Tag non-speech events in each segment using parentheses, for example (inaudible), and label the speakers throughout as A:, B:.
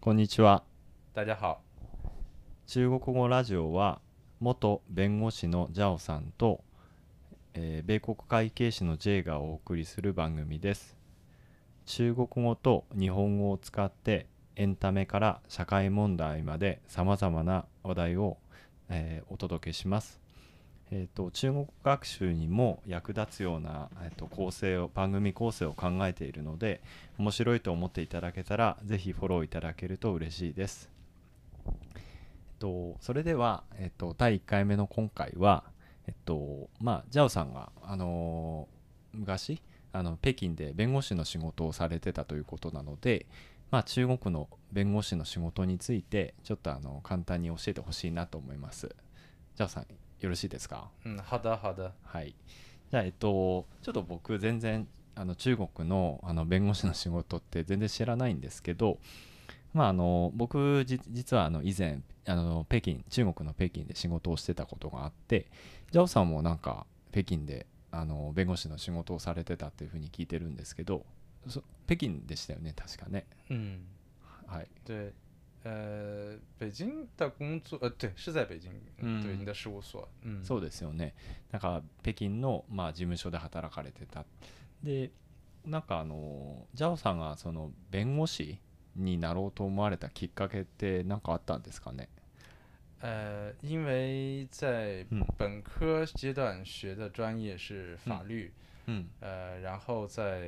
A: こんにちは。
B: 大家好，
A: 中国語ラジオは元弁護士のジャオさんと、えー米国会計士の J がお送りする番組です。中国語と日本語を使ってエンタメから社会問題までさまざまな話題を、えーお届けします。えー、と中国学習にも役立つような、えー、と構成を番組構成を考えているので面白いと思っていただけたらぜひフォローいただけると嬉しいです。えっと、それでは、えっと、第1回目の今回は、えっと、まあ、ジャオさんが、あのー昔、あの、北京で弁護士の仕事をされてたということなので、まあ、中国の弁護士の仕事について、ちょっと、あの、簡単に教えてほしいなと思います。ジャオさん、よろしいですか
B: 嗯，好的好的，
A: はい。じゃあ、えっと、ちょっと僕、全然、あの、中国の、あの、弁護士の仕事って全然知らないんですけど、まあ、あの、僕、じ実は、あの、以前、あの、北京、中国の北京で仕事をしてたことがあって、ジャオさんもなんか、北京で、あの、弁護士の仕事をされてたっていうふうに聞いてるんですけど、そ北京でしたよね、確かね。
B: 嗯，
A: はい。
B: 对，呃，北京的工作，呃，对，是在北京，嗯，对，
A: 嗯
B: 你的事务所，嗯，
A: そうですよね。なんか北京の、まあ、事務所で働かれてた。で、なんかあの、ジャオさんがその弁護士になろうと思われたきっかけって何かあったんですかね。
B: 呃，因为在
A: 嗯
B: 本科阶段学的专业是法
A: 嗯
B: 律，
A: うん。
B: 呃，然后在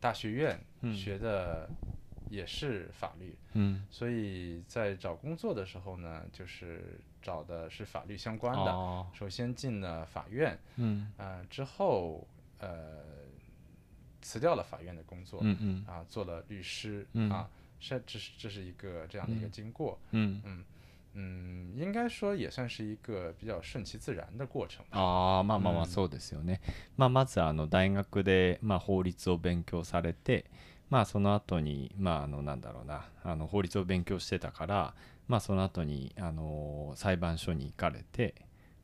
B: 大学院
A: 嗯
B: 学的也是法律，
A: うん。
B: 所以在找工作的时候呢，就是找的是法律相关的。
A: あ
B: 首先进了法院，
A: ーうん。
B: 呃，之后呃辞掉了法院的工作，
A: うんうん。
B: 啊，做了律师，
A: 嗯
B: 啊，是这是这是一个这样的一个
A: 嗯
B: 经过，
A: うん。
B: 嗯应该说也算是一个比较顺其自然的过程吧。
A: ああまあまあまあ
B: うん
A: そうですよね。まあ、まずあの大学で、まあ、法律を勉強されて、まあ、その後にまああのなんだろうなあの法律を勉強してたから、まあ、その後にあの裁判所に行かれて、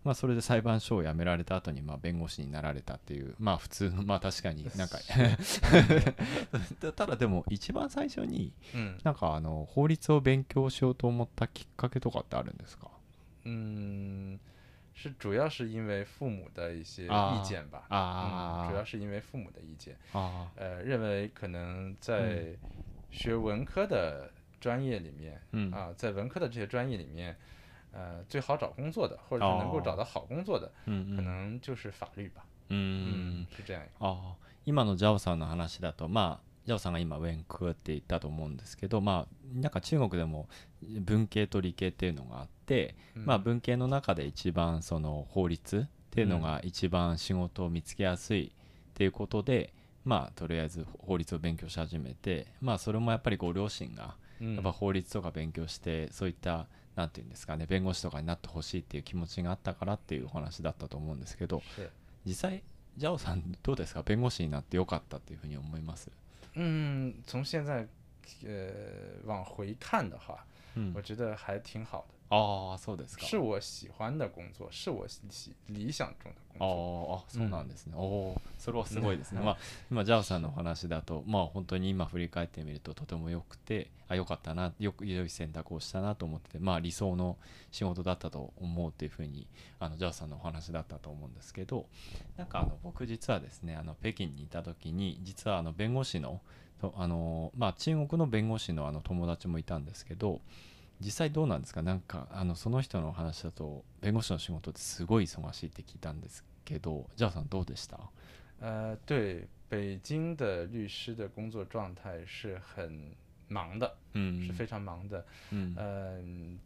A: まあ、それで裁判所を辞められた後にまあ弁護士になられたっていうまあ普通のまあ確かになんか (laughs) ただでも一番最初に
B: 嗯
A: なんかあの法律を勉強しようと思ったきっかけとかってあるんですか
B: 嗯，是主要是因为父母的一些
A: 啊
B: 意见吧，
A: 啊
B: 嗯，主要是因为父母的意见，
A: ああ
B: 呃，认为可
A: 嗯
B: 能在学文科的专业里面，
A: うん
B: 啊，在文科的这些专业里面，呃，最好找工作的，或者是能够找
A: 哦嗯
B: 到好工作的，
A: うんう
B: 可
A: ん
B: 能就是法律吧。
A: うんうん
B: 嗯，是这样一个。
A: ああ今のジャオさんの話だとまあジャオさんが今ウェンクって言ったと思うんですけどまあなんか中国でも文系と理系っていうのがあって、まあ
B: 嗯
A: 文系の中で一番その法律っていうのが一番仕事を見つけやすいっていうことで、まあとりあえず法律を勉強し始めてまあそれもやっぱりご両親が
B: 嗯
A: やっぱ法律とか勉強してそういった何て言うんですかね弁護士とかになってほしいっていう気持ちがあったからっていうお話だったと思うんですけど
B: 是，
A: 実際ジャオさんどうですか弁護士になってよかったっていうふうに思います
B: 嗯，从现在呃往回看的话，
A: うん
B: 我觉得还挺好的，
A: ああそうですか
B: 是我喜欢的工作，是我喜理想中的工
A: あ
B: 作。
A: ーあそうなんですね、おおそれはすごいですね、まあ今ジャオさんのお話だとまあ本当に今振り返ってみるととてもよくてあよかったなよく良い選択をしたなと思っててまあ理想の仕事だったと思うっていうふうにあのジャオさんのお話だったと思うんですけどなんかあの僕実はですねあの北京にいた時に実はあの弁護士のとあのまあ中国の弁護士のあの友達もいたんですけど実際どうなんですかなんかあのその人のお話だと弁護士の仕事ってすごい忙しいって聞いたんですけどジャオさんどうでした
B: 呃，对，北京的律师的工作状态是很忙的，
A: うん
B: 是非常忙的。
A: うん
B: 嗯，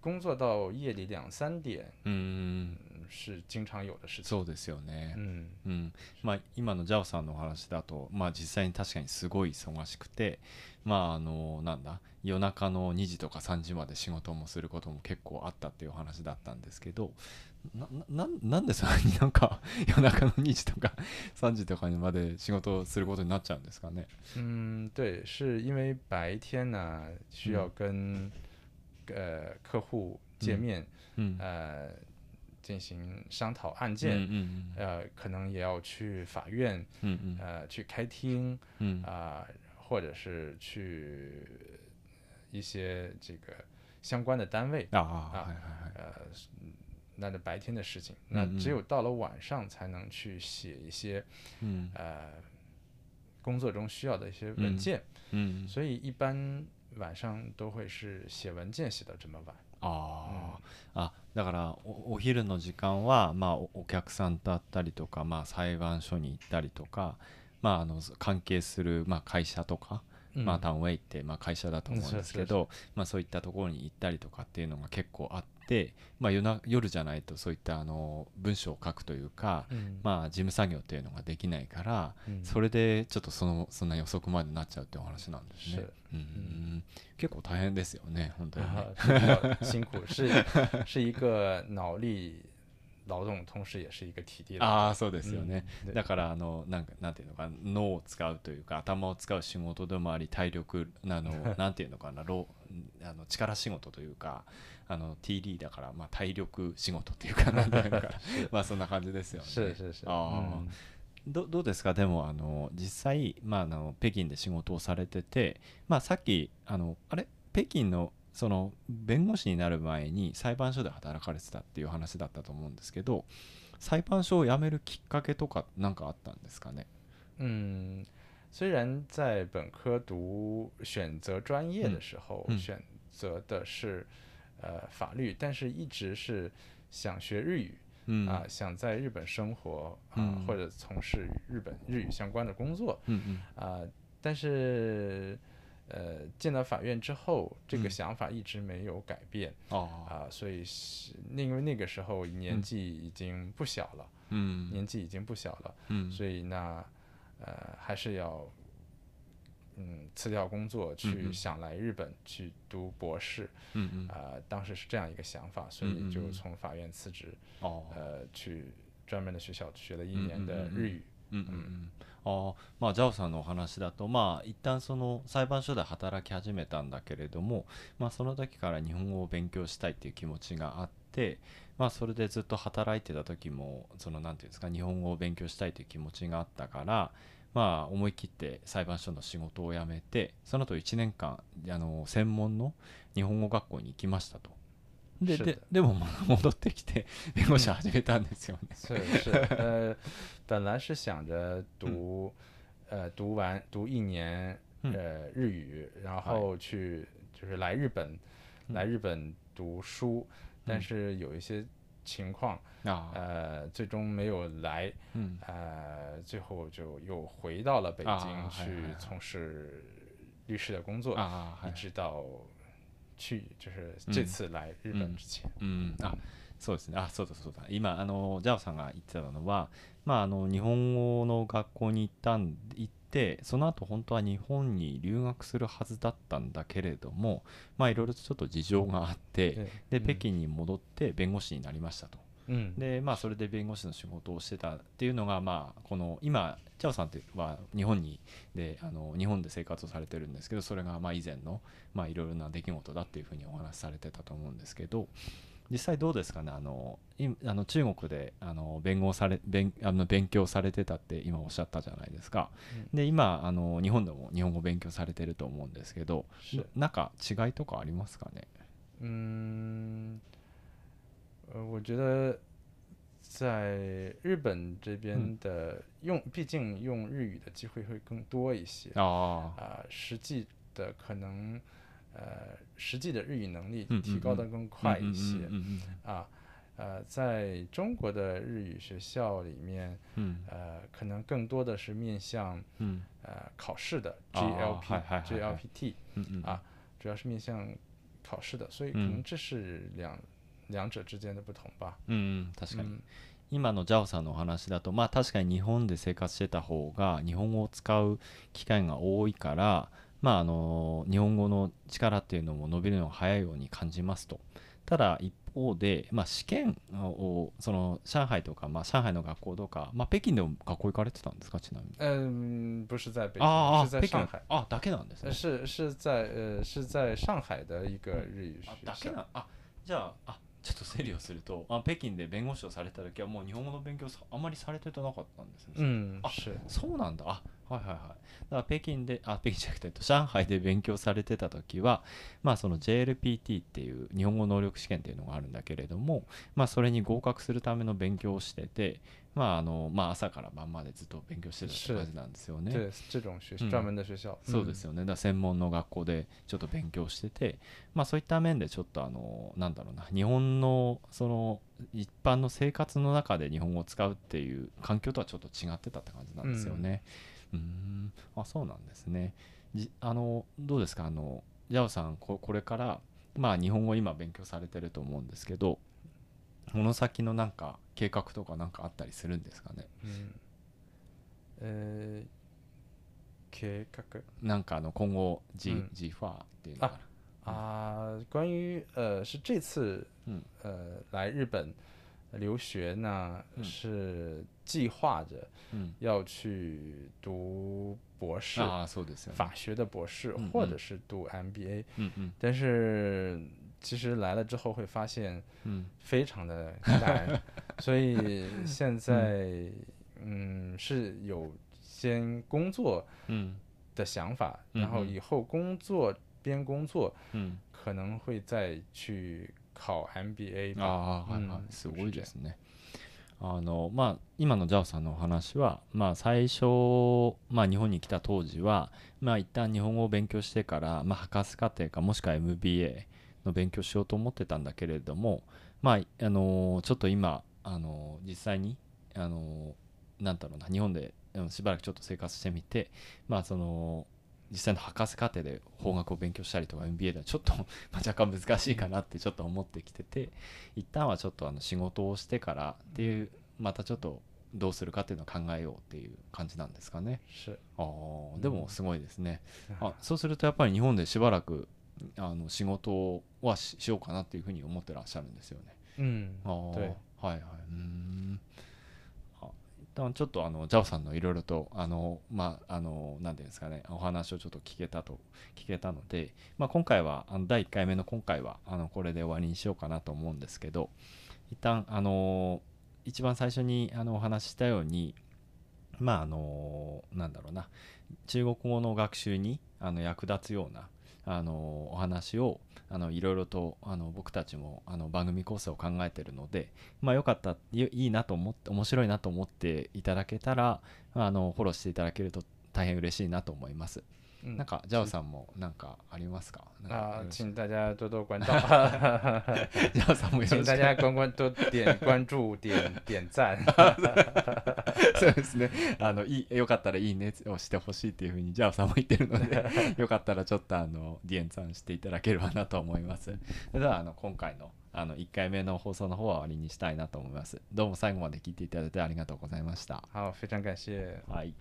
B: 工作到夜里两三点
A: うん
B: 是经常有的事情。
A: そうですよね
B: 嗯
A: うんまあ、今のジャオさんのお話だと、まあ、実際に確かにすごい忙しくて、まあ、あのなんだ夜中の2時とか3時まで仕事もすることも結構あったっていうお話だったんですけどななななんでそんなに (laughs) なんか夜中の2時とか3時とかにまで仕事をすることになっちゃうんですかね。
B: 嗯，对，是因为白天呢需要跟、呃客户见
A: 嗯
B: 面，
A: うん
B: 呃进行商讨案
A: うんう
B: 件，
A: ん
B: 呃可能也要去法院，
A: うんうん
B: 呃去开庭
A: うん
B: 啊、或者是去一些这个相关的单位，
A: ああは
B: あ
A: いはいはい
B: 呃，那是白天的事情。那
A: 嗯嗯
B: 只有到了晚上才能去写一些
A: うん
B: 呃工作中需要的一些
A: 嗯
B: 文件，
A: うん
B: 所以一般晚上都会是写文件写到这么晚。
A: あああだからおお昼の時間は、まあ、おお客さんと会ったりとか、まあ、裁判所に行ったりとか、まあ、あの関係する、まあ、会社とか、
B: 嗯
A: まあ、タウンウェイって、まあ、会社だと思うんですけ
B: う
A: ど、まあ、そういったところに行ったりとかっていうのが結構あって、まあ、夜な夜じゃないとそういったあの文章を書くというか、
B: 嗯
A: まあ、事務作業っていうのができないから、
B: 嗯
A: それでちょっとそのそんなに遅くまでなっちゃうってお話なんですね
B: 是。
A: うん
B: ん
A: 結構大変ですよね本当にね、 (laughs)
B: 啊，是比较辛苦，是是一个脑力劳动，同时也是一个体力劳动。
A: ああそうですよね、
B: 嗯
A: だからあのなんかなんていうのかな脳を使うというか頭を使う仕事でもあり体力あの (laughs) なんていうのかな労あの力仕事というかあの TD だから、まあ、体力仕事っていうかなんていう (laughs) のかなまあそんな感じですよね。
B: 是是是，
A: あ
B: 嗯
A: どどうですかでもあの実際、まあ、あの北京で仕事をされてて、まあ、さっきあのあれ北京のその弁護士になる前に裁判所で働かれてたっていう話だったと思うんですけど裁判所を辞めるきっかけとか何かあったんですかね
B: 嗯，虽然在本科读选择专业的时候、
A: 嗯
B: 选择的是呃法律，但是一直是想学日语
A: うん
B: 啊、想在日本生活啊、
A: 嗯
B: 或者从事与日本日语相关的工作
A: うんうん
B: 啊、但是呃进了法院之后，这个
A: 嗯
B: 想法一直没有改变
A: ああ
B: 啊、所以是那因为那个时候年
A: 嗯
B: 纪已经不小了，
A: うん
B: 年纪已经不小了。
A: うん
B: 所以那呃还是要嗯辞掉工作
A: 嗯
B: 去
A: 嗯
B: 想来日本去读博士
A: うんうん
B: 啊、呃当时是这样一个想法，所
A: 嗯嗯
B: 以就
A: 嗯
B: 从法院辞职，
A: ああ
B: 呃去专门的学校学了一
A: 嗯
B: 年
A: 嗯
B: 的
A: 嗯嗯
B: 日语。
A: うんうんうんああまあジャオさんのお話だとまあ一旦その裁判所で働き始めたんだけれども、まあ、その時から日本語を勉強したいっていう気持ちがあって、まあ、それでずっと働いてた時もそのなんていうんですか日本語を勉強したいという気持ちがあったから、まあ、思い切って裁判所の仕事を辞めてその後1年間あの専門の日本語学校に行きましたと。ですで
B: 的
A: でもまた戻ってきて弁護士始めたんですよね。
B: 是是呃，本来是想着读、呃读完读一年
A: 嗯
B: 呃日语，然后去就是来日本、来日本读书，但
A: 嗯
B: 是有一些情况。
A: ああ
B: 呃，最终没有来，
A: うん
B: 呃，最后就又回到了北
A: 啊
B: 京
A: 嗨嗨
B: 去
A: 嗨啊
B: 从事律师的工作，
A: ああはい
B: 一直到去就是这
A: 嗯
B: 次来日
A: 嗯
B: 本之前，
A: うん、あそうですねあそうだそうだ今あのジャオさんが言ってたのは、まあ、あの日本語の学校に行ったん行ってその後本当は日本に留学するはずだったんだけれどもまあいろいろとちょっと事情があってで
B: 对，嗯
A: 北，京に戻って弁護士になりましたと。
B: 嗯，
A: でまあそれで弁護士の仕事をしてたっていうのがまあこの今チャオさんっては日本にであの日本で生活をされてるんですけどそれがまあ以前のまあいろいろな出来事だっていうふうにお話しされてたと思うんですけど実際どうですかねあの今あの中国であの弁護され勉あの勉強されてたって今おっしゃったじゃないですか
B: 嗯
A: で今あの日本でも日本語勉強されてると思うんですけど
B: 是，
A: なんか違いとかありますかね
B: 嗯，呃，我觉得在日本这边
A: 嗯
B: 的用，毕竟用日语的机会会更多一些，
A: ああ
B: 啊、实际的可能，呃，实际的日语能力
A: 嗯
B: 提
A: 嗯
B: 高
A: 嗯
B: 得更快一些、
A: うんうん
B: 啊。呃，在中国的日语学校里面，
A: うん
B: 呃，可能更多的是面向
A: うんうん
B: 呃考试的
A: 哦哦
B: GLP、
A: 嗨嗨嗨嗨
B: GLPT，
A: うんうん
B: 啊主要是面向考试的，所以可
A: 嗯
B: 能这是两、两者之间的不同吧。
A: うん確かに、
B: 嗯，
A: 今のジャオさんのお話だとまあ確かに日本で生活してた方が日本語を使う機会が多いからまああの日本語の力っていうのも伸びるのが早いように感じますとただ一方で、まあ、試験をその上海とか、まあ、上海の学校とか、まあ、北京でも学校行かれてたんですかちなみに
B: 嗯，不是在北京，
A: ああ
B: 是在
A: 北京
B: 上海。
A: あだけなんです
B: 呃，
A: ね
B: 是是在呃是在上海的一个日语
A: あだけ
B: 学校，
A: なあじゃああちょっと整理をするとあ北京で弁護士をされた時はもう日本語の勉強さあまりされてなかったんですね
B: 嗯
A: 啊，
B: 是，
A: そうなんだあはいはいはい。だから北京で、あ、北京じゃなくて、えっと上海で勉強されてた時は、まあその JLPT っていう日本語能力試験っていうのがあるんだけれども、まあそれに合格するための勉強をしてて、まああの、まあ朝から晩までずっと勉強してたって感じなんですよね。
B: 这这种学
A: 嗯
B: 专门的学校，嗯
A: そうですよね、だから専門の学校でちょっと勉強してて、まあ、そういった面でちょっとあのなんだろうな日本のその一般の生活の中で日本語を使うっていう環境とはちょっと違ってたって感じなんですよね。うーんあそうなんですね。じあのどうですかあのジャオさんここれから、まあ、日本語を今勉強されてると思うんですけどこの先のなんか計画とかなんかあったりするんですかね
B: 嗯，呃，計画
A: なんかあの今後 G、
B: うん
A: G ファーっていうのかな
B: 啊，关于呃是这次
A: 嗯
B: 呃来日本留学呢，
A: 嗯
B: 是计划着
A: うん
B: 要去读博士，
A: ああそうですよね。
B: 法学的博士，
A: 啊嗯
B: 或
A: 嗯
B: 者是读 MBA，
A: 嗯嗯
B: 但是其实来了之后会发现
A: 嗯
B: 非常的难，所以现在嗯是有先工作
A: 嗯
B: 的想法，然后
A: 嗯嗯
B: 以后工作边工作
A: うん
B: 可能会再去考
A: あ
B: MBA 吧。
A: あはいは
B: うん
A: いすごいですね。あのまあ今のジャオさんのお話はまあ最初まあ日本に来た当時はまあ一旦日本語を勉強してからまあ博士課程かもしくは MBA の勉強しようと思ってたんだけれどもまああのちょっと今あの実際にあのなんだろうな日本でうんしばらくちょっと生活してみてまあその実際の博士課程で法学を勉強したりとか MBA ではちょっとまあ若干難しいかなってちょっと思ってきてて一旦はちょっとあの仕事をしてからっていうまたちょっとどうするかっていうのを考えようっていう感じなんですかね。
B: 是，
A: あーで
B: う
A: も
B: ん
A: すごいですね。あそうするとやっぱり日本でしばらくあの仕事はししようかなっていうふうに思ってらっしゃるんですよね。
B: 嗯，
A: あー
B: 对
A: はいはいうーんあ一旦ちょっとあのジャオさんのいろいろとあのまああの何ていうんですかねお話をちょっと聞けたと聞けたので、まあ、今回はあの第1回目の今回はあのこれで終わりにしようかなと思うんですけど一旦あの一番最初にあのお話ししたようにまああのなんだろうな中国語の学習にあの役立つようなあのお話をあのいろいろとあの僕たちもあの番組構成を考えてるので、まあ、よかったいいいなと思って面白いなと思っていただけたらあのフォローしていただけると大変嬉しいなと思います。
B: 嗯
A: なんかジャオさんもなんか啊りますか？なんか
B: 啊
A: よ、ろし
B: 请大家多多关照，
A: ジャオさんもよろし
B: 请大
A: く
B: 家关关多点关注，点点赞。
A: そうですね。 (laughs) あのいいよかったらいいねをしてほしいっていうふうにジャオさんも言ってるので、 (laughs) よかったらちょっとあのディエンさんしていただければなと思います。ではあの今回のあの1回目の放送の方は終わりにしたいなと思います。どうも最後まで聞いていただいてありがとうございました。
B: 好，非常感谢。
A: はい。